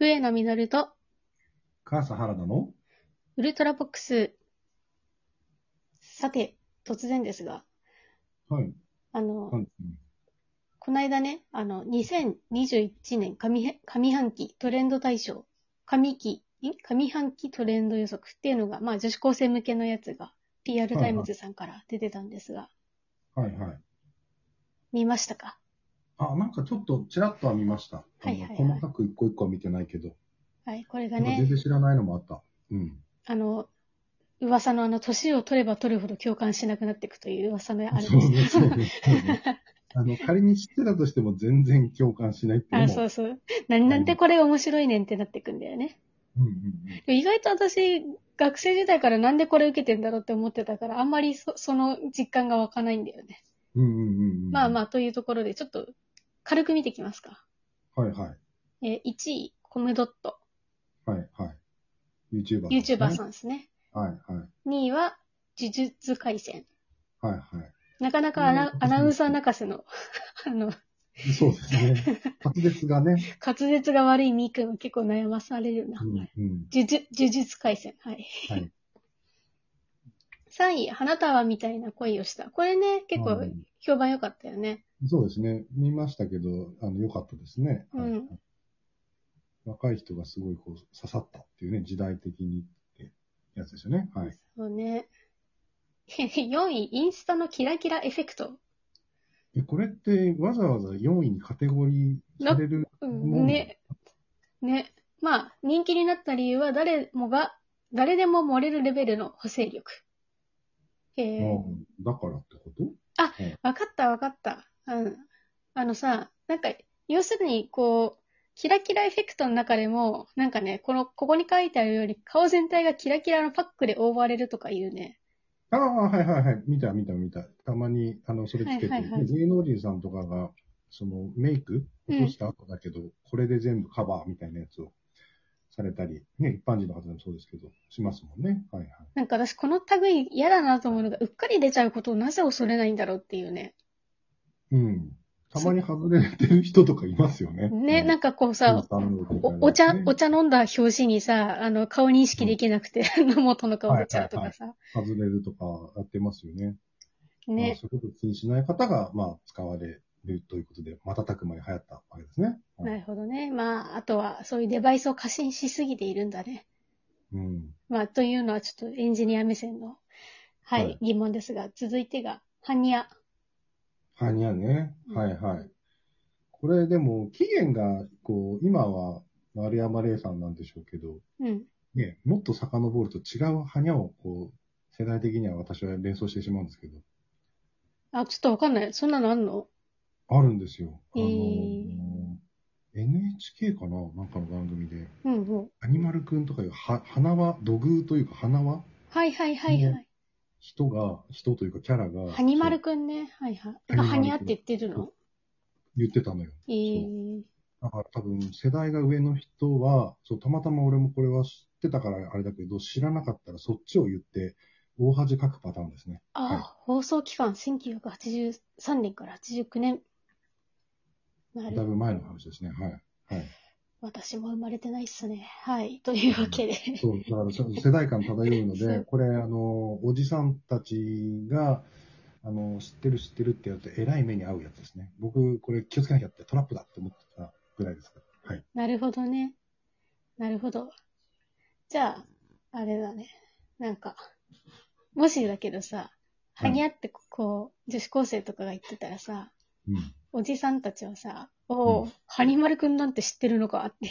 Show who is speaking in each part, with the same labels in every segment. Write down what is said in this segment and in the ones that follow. Speaker 1: 上野実と
Speaker 2: 母さん原田の
Speaker 1: ウルトラボックス。さて、突然ですが、
Speaker 2: はい。
Speaker 1: あの、
Speaker 2: はい
Speaker 1: この間ね、あの、2021年上へ上半期トレンド大賞、上期、ん上半期トレンド予測っていうのが、まあ女子高生向けのやつが PR タイムズさんから出てたんですが、
Speaker 2: はいはい。
Speaker 1: 見ましたか
Speaker 2: あ、なんかちょっとちらっとは見ました。あ
Speaker 1: は
Speaker 2: の
Speaker 1: いはいはい
Speaker 2: 細かく一個一個は見てないけど、
Speaker 1: はい、これが
Speaker 2: なんか全
Speaker 1: ね、
Speaker 2: 然知らないのもあった。うん。
Speaker 1: あの、噂のあの、年を取れば取るほど共感しなくなっていくという噂のあれです
Speaker 2: そうね、そうね、そうね。あの、仮に知ってたとしても全然共感しないってい うの
Speaker 1: あ、
Speaker 2: も。
Speaker 1: そうそう。何なんでこれ面白いねんってなってくんだよね。
Speaker 2: うんうんうん。
Speaker 1: 意外と私、学生時代からなんでこれ受けてんだろうって思ってたから、あんまりそその実感が湧かないんだよね。
Speaker 2: うんうんうんうん。
Speaker 1: まあま
Speaker 2: あ。
Speaker 1: あ、というところで、ちょっと軽く見ていきますか。
Speaker 2: はいはい。
Speaker 1: えー1位、コムドット、
Speaker 2: はいはい。YouTuber さん、
Speaker 1: YouTuber さんですね。
Speaker 2: ん。はいはい。
Speaker 1: 2位は、呪術廻戦。
Speaker 2: はいは
Speaker 1: なかなかアナ,、
Speaker 2: うん
Speaker 1: アナウンサー泣かせの、 あの、
Speaker 2: い。そうで すね。滑舌がね。
Speaker 1: 滑舌が悪いミー君は結構悩まされるな。
Speaker 2: う
Speaker 1: 呪
Speaker 2: んうん。
Speaker 1: 術、呪術廻戦。はい。
Speaker 2: はい。
Speaker 1: 3位、花束みたいな恋をした。これね、結
Speaker 2: う
Speaker 1: 構
Speaker 2: ん
Speaker 1: 評判良かったよね。
Speaker 2: そうですね。見ましたけど、あの、良かったですね。はい
Speaker 1: うん
Speaker 2: 若い人がすごいこう刺さったっていうね、時代的にってやつですよね。はい。
Speaker 1: そうね。4位、インスタのキラキラエフェクト。
Speaker 2: え、これってわざわざ4位にカテゴリーされる
Speaker 1: うん、ね。ね。まあ、人気になった理由は誰もが、誰でも漏れるレベルの補正力。えー、
Speaker 2: ものだからってこと
Speaker 1: わかったわかった。うん。あのさ、なんか、要するに、こう、キラキラエフェクトの中でも、なんかね、この、ここに書いてあるように、顔全体がキラキラのパックで覆われるとかいうね。
Speaker 2: ああ、はいはいはい。見た見た見た。たまに、あの、それつけてる、
Speaker 1: はいはいはい
Speaker 2: 芸能人さんとかが、その、メイク落とした後だけど、これで全部カバーみたいなやつをされたり、ね、一般人の方でもそうですけど、しますもんね。はいはい。
Speaker 1: なんか私、この類嫌だなと思うのが、うっかり出ちゃうことをなぜ恐れないんだろうっていうね。
Speaker 2: うん。たまに外れてる人とかいますよね。
Speaker 1: ね、なんかこうさ、おお茶、お茶飲んだ表紙にさ、あの、顔認識できなくて、あの元の顔出ちゃうとかさ。
Speaker 2: 外れるとかやってますよね。まあ
Speaker 1: ね。
Speaker 2: そういうことを気にしない方が、まあ、使われるということで、瞬く間に流行ったわけですね。
Speaker 1: なるほどね。まあ、あとは、そういうデバイスを過信しすぎているんだね。
Speaker 2: うん。
Speaker 1: まあ、というのはちょっとエンジニア目線の、はい、
Speaker 2: はい
Speaker 1: 疑問ですが、続いてが、ハニヤ。
Speaker 2: はにゃね。はいはい。これでも、期限が、こう、今は、丸山礼さんなんでしょうけど、
Speaker 1: うん。
Speaker 2: ね、もっと遡ると違うはにゃを、こう、世代的には私は連想してしまうんですけど、
Speaker 1: あ、ちょっとわかんない。そんなのあんの
Speaker 2: あるんですよ。あの、
Speaker 1: へえ
Speaker 2: NHK かななんかの番組で、
Speaker 1: うんうん。
Speaker 2: アニマルくんとかいう、は、花輪、土偶というか花輪
Speaker 1: はいはいはいはい。
Speaker 2: 人が、人というかキャラが、
Speaker 1: ハニマル
Speaker 2: そう
Speaker 1: くんね。はいはい。
Speaker 2: ハニマルくん
Speaker 1: ハニヤって言ってるの
Speaker 2: 言ってたのよ。
Speaker 1: えー、
Speaker 2: だから多分、世代が上の人は、そう、たまたま俺もこれは知ってたからあれだけど、知らなかったらそっちを言って、大恥かくパターンですね。
Speaker 1: あ、
Speaker 2: はい
Speaker 1: 放送期間1983年から89年。な
Speaker 2: だい
Speaker 1: る
Speaker 2: ぶ前の話ですね。はい。はい。
Speaker 1: 私も生まれてないっすね。はい。というわけで。
Speaker 2: そう、だからそう世代間漂うの
Speaker 1: そ
Speaker 2: で
Speaker 1: う、
Speaker 2: これ、あの、おじさんたちが、あの、知ってる知ってるってやると、えらい目に遭うやつですね。僕、これ気をつけなきゃって、トラップだって思ってたぐらいですから。はい。
Speaker 1: なるほどね。なるほど。じゃあ、あれだね。なんか、もしだけどさ、
Speaker 2: は
Speaker 1: はいにゃってこう、女子高生とかが言ってたらさ、
Speaker 2: うん。
Speaker 1: おじさんたちはさ、おお、
Speaker 2: う
Speaker 1: はにまるくんなんて知ってるのかって。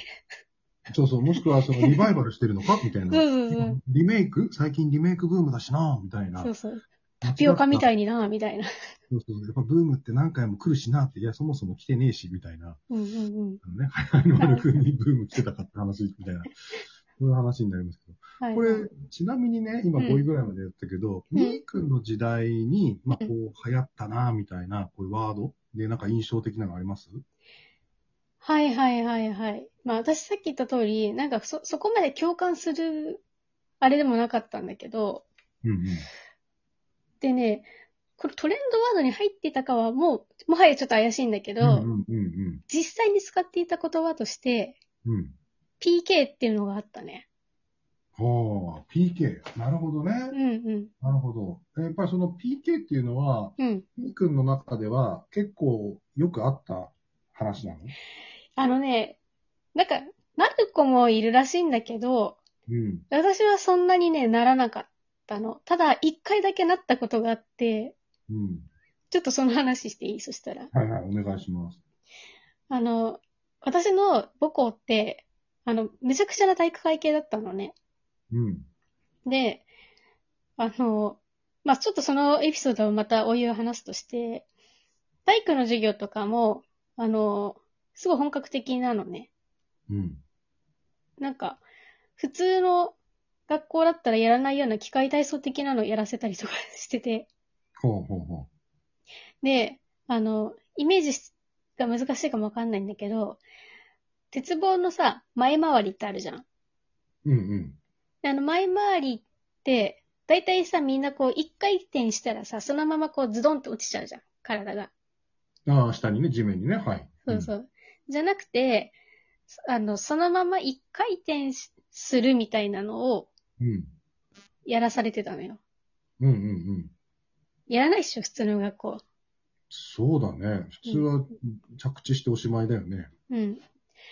Speaker 2: そうそう、もしくは、その、リバイバルしてるのかみたいな。
Speaker 1: そうそうそう
Speaker 2: リメイク最近リメイクブームだしなみたいな。
Speaker 1: そうそう。タピオカみた
Speaker 2: い。
Speaker 1: いにな、みたいな。
Speaker 2: そうそう。やっぱブームって何回も来るしなって、いや、そもそも来てねえし、みたいな。
Speaker 1: うんうんうん。
Speaker 2: あのね、 はい、 丸くんにブーム来てたかって話、みたいな。そういう話になりますけど。
Speaker 1: はい。
Speaker 2: これ、ちなみにね、今
Speaker 1: うん
Speaker 2: 5位ぐらいまでやったけど、
Speaker 1: うん
Speaker 2: ミー君の時代に、まあ、こう、流行ったなみたいな、こういうワードで、なんか印象的なのあります
Speaker 1: はいはいはいはい。まあ私さっき言った通り、なんかそ、そこまで共感する、あれでもなかったんだけど、
Speaker 2: うんうん。
Speaker 1: でね、これトレンドワードに入っていたかはもう、もはやちょっと怪しいんだけど、
Speaker 2: うんうんうん
Speaker 1: 実際に使っていた言葉として、
Speaker 2: うん。うん。
Speaker 1: PK っていうのがあったね。
Speaker 2: ほう、PK。なるほどね。
Speaker 1: うんうん。
Speaker 2: なるほど。えやっぱりその PK っていうのは、
Speaker 1: うん。
Speaker 2: みーくんの中では結構よくあった話なの
Speaker 1: あのね、なんか、なる子もいるらしいんだけど、
Speaker 2: うん。
Speaker 1: 私はそんなにね、ならなかったの。ただ、一回だけなったことがあって、
Speaker 2: うん。
Speaker 1: ちょっとその話していいそしたら。
Speaker 2: はいはい、お願いします。
Speaker 1: あの、私の母校って、あの、めちゃくちゃな体育会系だったのね。
Speaker 2: うん。
Speaker 1: で、あの、まあ、ちょっとそのエピソードをまたお湯を話すとして、体育の授業とかも、あの、すごい本格的なのね。
Speaker 2: うん。
Speaker 1: なんか、普通の学校だったらやらないような機械体操的なのをやらせたりとかしてて、
Speaker 2: ほうほうほ
Speaker 1: で、あの、イメージが難しいかもわかんないんだけど、鉄棒のさ、前回りってあるじゃん。
Speaker 2: う。うんうん。
Speaker 1: であの、前回りって、だいたいさ、みんなこう、一回転したらさ、そのままこう、ズドンって落ちちゃうじゃん、体が。
Speaker 2: ああ、下にね、地面にね、はい。
Speaker 1: そうそう。じゃなくて、そあの、そのまま一回転しするみたいなのを
Speaker 2: うん。
Speaker 1: やらされてたのよ。
Speaker 2: うん。うんうんうん。
Speaker 1: やらないっしょ、普通の学校。
Speaker 2: そうだね。普通は着地しておしまいだよね。
Speaker 1: うん。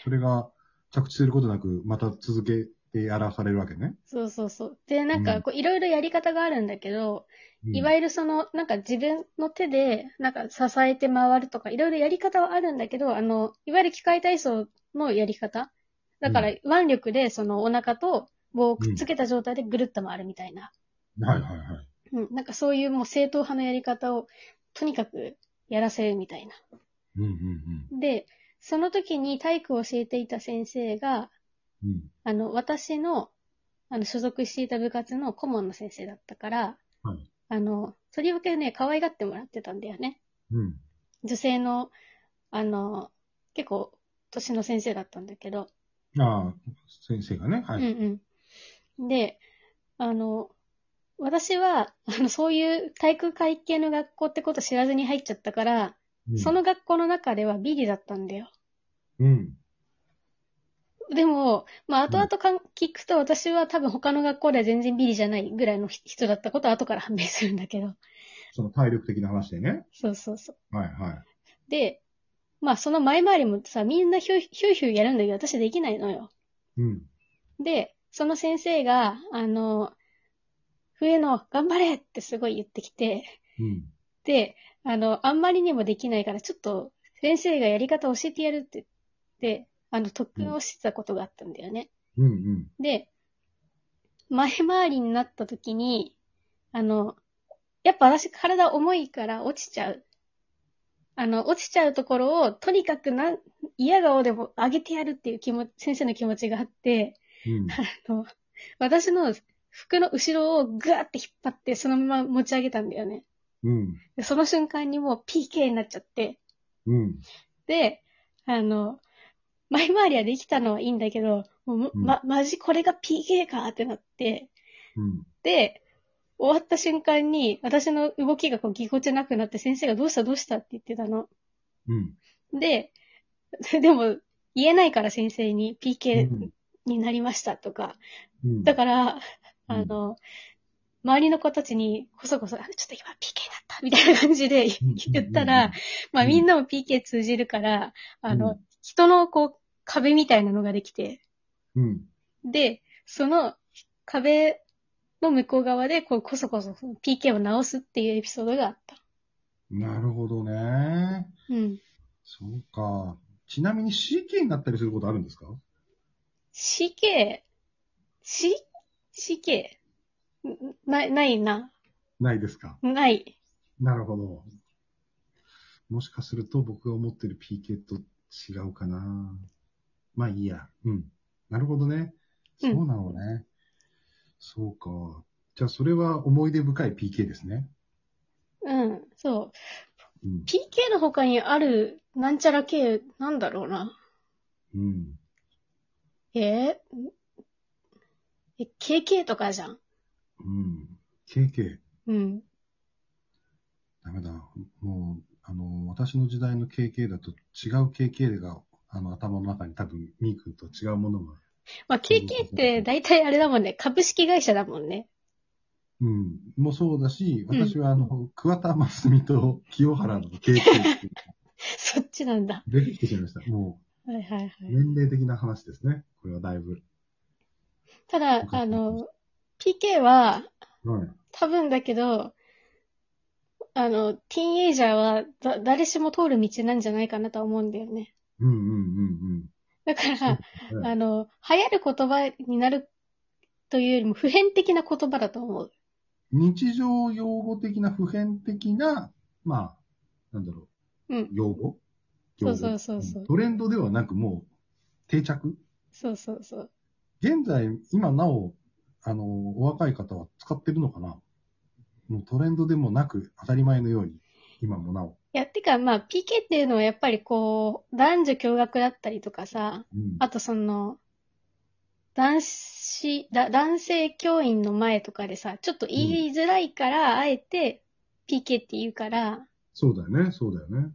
Speaker 2: それが着地することなく、また続けてやらされるわけね。
Speaker 1: そうそうそう。で、なん
Speaker 2: うん
Speaker 1: か、こう、いろいろやり方があるんだけど、
Speaker 2: うん
Speaker 1: いわゆるその、なんか自分の手で、なんか支えて回るとか、いろいろやり方はあるんだけど、あの、いわゆる機械体操のやり方。だから
Speaker 2: う、
Speaker 1: 腕力で、そのお腹と棒をくっつけた状態でぐるっと回るみたいな。
Speaker 2: はいはいはい。
Speaker 1: うん、なんかそういうもう正統派のやり方を、とにかくやらせるみたいな。
Speaker 2: うんうん
Speaker 1: で、その時に体育を教えていた先生が、
Speaker 2: うん。うん。
Speaker 1: あの、私の、あの、所属していた部活の顧問の先生だったから、
Speaker 2: はい
Speaker 1: あの、とりわけね、可愛がってもらってたんだよね。
Speaker 2: うん。
Speaker 1: 女性の、あの、結構、年の先生だったんだけど、
Speaker 2: ああ、先生がね、はい。
Speaker 1: うんうん。で、あの、私は、あの、そういう体育会系の学校ってこと知らずに入っちゃったから、
Speaker 2: うん
Speaker 1: そ、の学校の中ではビリだったんだよ。
Speaker 2: うん。
Speaker 1: でも、まあ、後々かん聞くと私は多分他の学校では全然ビリじゃないぐらいの人だったことは後から判明するんだけど。
Speaker 2: その体力的な話でね。
Speaker 1: そうそうそう。
Speaker 2: はいはい。
Speaker 1: で、まあ、その前回りもさ、みんなヒューヒューヒューやるんだけど、私できないのよ。
Speaker 2: うん。
Speaker 1: で、その先生が、あの、冬野、頑張れってすごい言ってきて、
Speaker 2: うん。
Speaker 1: で、あの、あんまりにもできないから、ちょっと、先生がやり方教えてやるって言って、あの、特訓をしてたことがあったんだよね。
Speaker 2: うんうん。
Speaker 1: で、前回りになった時に、あの、やっぱ私体重いから落ちちゃう。あの、落ちちゃうところを、とにかくなん、嫌顔でも上げてやるっていう気持ち、先生の気持ちがあって、
Speaker 2: うん。
Speaker 1: あの、私の服の後ろをぐわって引っ張って、そのまま持ち上げたんだよね。
Speaker 2: うん。
Speaker 1: でその瞬間にもう PK になっちゃって、
Speaker 2: うん。
Speaker 1: で、あの、前回りはできたのはいいんだけど、もうむ
Speaker 2: うん
Speaker 1: ま、マジこれが PK かってなって、
Speaker 2: うん。
Speaker 1: で、終わった瞬間に私の動きがこうぎこちなくなって先生がどうしたどうしたって言ってたの。
Speaker 2: うん。
Speaker 1: で、 でも言えないから先生に
Speaker 2: う
Speaker 1: PK
Speaker 2: ん。
Speaker 1: になりましたとか。
Speaker 2: うん。
Speaker 1: だから、あの、周りの子たちにこそこそ、あちょっと今 PK だったみたいな感じで
Speaker 2: うん
Speaker 1: 言ったら、、まあ
Speaker 2: うん
Speaker 1: みんなも PK 通じるから、あ
Speaker 2: う
Speaker 1: の、人のこう壁みたいなのができて、
Speaker 2: うんうん。
Speaker 1: で、その壁の向こう側でこうこそこそ PK を直すっていうエピソードがあった。
Speaker 2: なるほどね。
Speaker 1: うん。
Speaker 2: そうか。ちなみに CK になったりすることあるんですか
Speaker 1: CK、C、CK? んない、ないな。
Speaker 2: ないですか。
Speaker 1: ない。
Speaker 2: なるほど。もしかすると僕が思ってる PK と違うかな。まあいいや。うん。なるほどね。そうなのね。そうか。じゃあそれは思い出深い PK ですね。
Speaker 1: うん、そう。
Speaker 2: うん。
Speaker 1: PK の他にあるなんちゃら系なんだろうな。
Speaker 2: うん。
Speaker 1: えーんえ、KK とかじゃん。
Speaker 2: うん。KK。
Speaker 1: うん。
Speaker 2: ダメだ。もう、あの、私の時代の KK だと違う KK が、あの、頭の中に多分、ミー君と違うものが
Speaker 1: まあ、KK って大体あれだもんね。株式会社だもんね。
Speaker 2: うん。もそうだし、
Speaker 1: うん
Speaker 2: 私はあの、桑田真澄と清原の KK っていう
Speaker 1: そっちなんだ。
Speaker 2: 出てきてしまいました。 も、。
Speaker 1: はいはいはいう
Speaker 2: 年齢的な話ですね。これはだいぶ。
Speaker 1: た
Speaker 2: わか
Speaker 1: だ、
Speaker 2: った
Speaker 1: あの、PK は、
Speaker 2: はい。
Speaker 1: 多分だけど、あの、ティーンエイジャーはだ誰しも通る道なんじゃないかなとは思うんだよね。
Speaker 2: うんうんうん
Speaker 1: だか
Speaker 2: そう
Speaker 1: ら、
Speaker 2: うん。はい
Speaker 1: あの、流行る言葉になるというよりも普遍的な言葉だと思う。
Speaker 2: 日常用語的な普遍的な、まあ、なんだろ
Speaker 1: う
Speaker 2: う、
Speaker 1: ん。
Speaker 2: 用語
Speaker 1: そ
Speaker 2: 用
Speaker 1: う
Speaker 2: 語
Speaker 1: そうそうそう。
Speaker 2: トレンドではなくもう定着
Speaker 1: そうそうそう。
Speaker 2: 現在、今なお、あの、お若い方は使ってるのかなもうトレンドでもなく当たり前のように、今もなお。
Speaker 1: いや、てか、まあ、PK っていうのはやっぱりこう、男女共学だったりとかさ、
Speaker 2: うん、
Speaker 1: あとその、男子、だ男性教員の前とかでさ、ちょっと言いづらいから、あえて PK って言うから、
Speaker 2: そうだよね、そうだよね。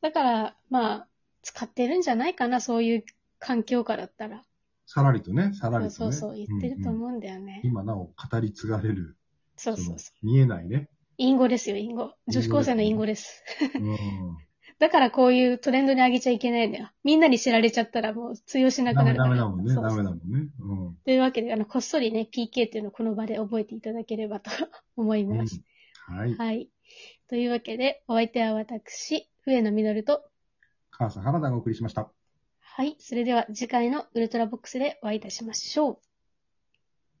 Speaker 1: だから、まあ、使ってるんじゃないかな、そういう環境下だったら。
Speaker 2: さらりとね、さらりとね。
Speaker 1: そうそうそう、言ってると
Speaker 2: んん
Speaker 1: 思うんだよね。
Speaker 2: 今なお語り継がれる、
Speaker 1: そうそうそう。
Speaker 2: の見えない ね。
Speaker 1: 隠語ですよ、隠語。女子高生の隠語です。
Speaker 2: うん。
Speaker 1: だからこういうトレンドに上げちゃいけないんだよ。みんなに知られちゃったらもう通用しなくな
Speaker 2: ダメ
Speaker 1: るか
Speaker 2: ダ
Speaker 1: ら。
Speaker 2: メだもん
Speaker 1: そ
Speaker 2: ね、
Speaker 1: うそう
Speaker 2: ダメだもんね。うん。
Speaker 1: というわけで、あの、こっそりね、PK っていうのをこの場で覚えていただければと思います。
Speaker 2: うんはい。
Speaker 1: はい。というわけで、お相手は私、笛野実と、
Speaker 2: 母さん、原田がお送りしました。
Speaker 1: はい。それでは次回のウルトラボックスでお会いいたしましょう。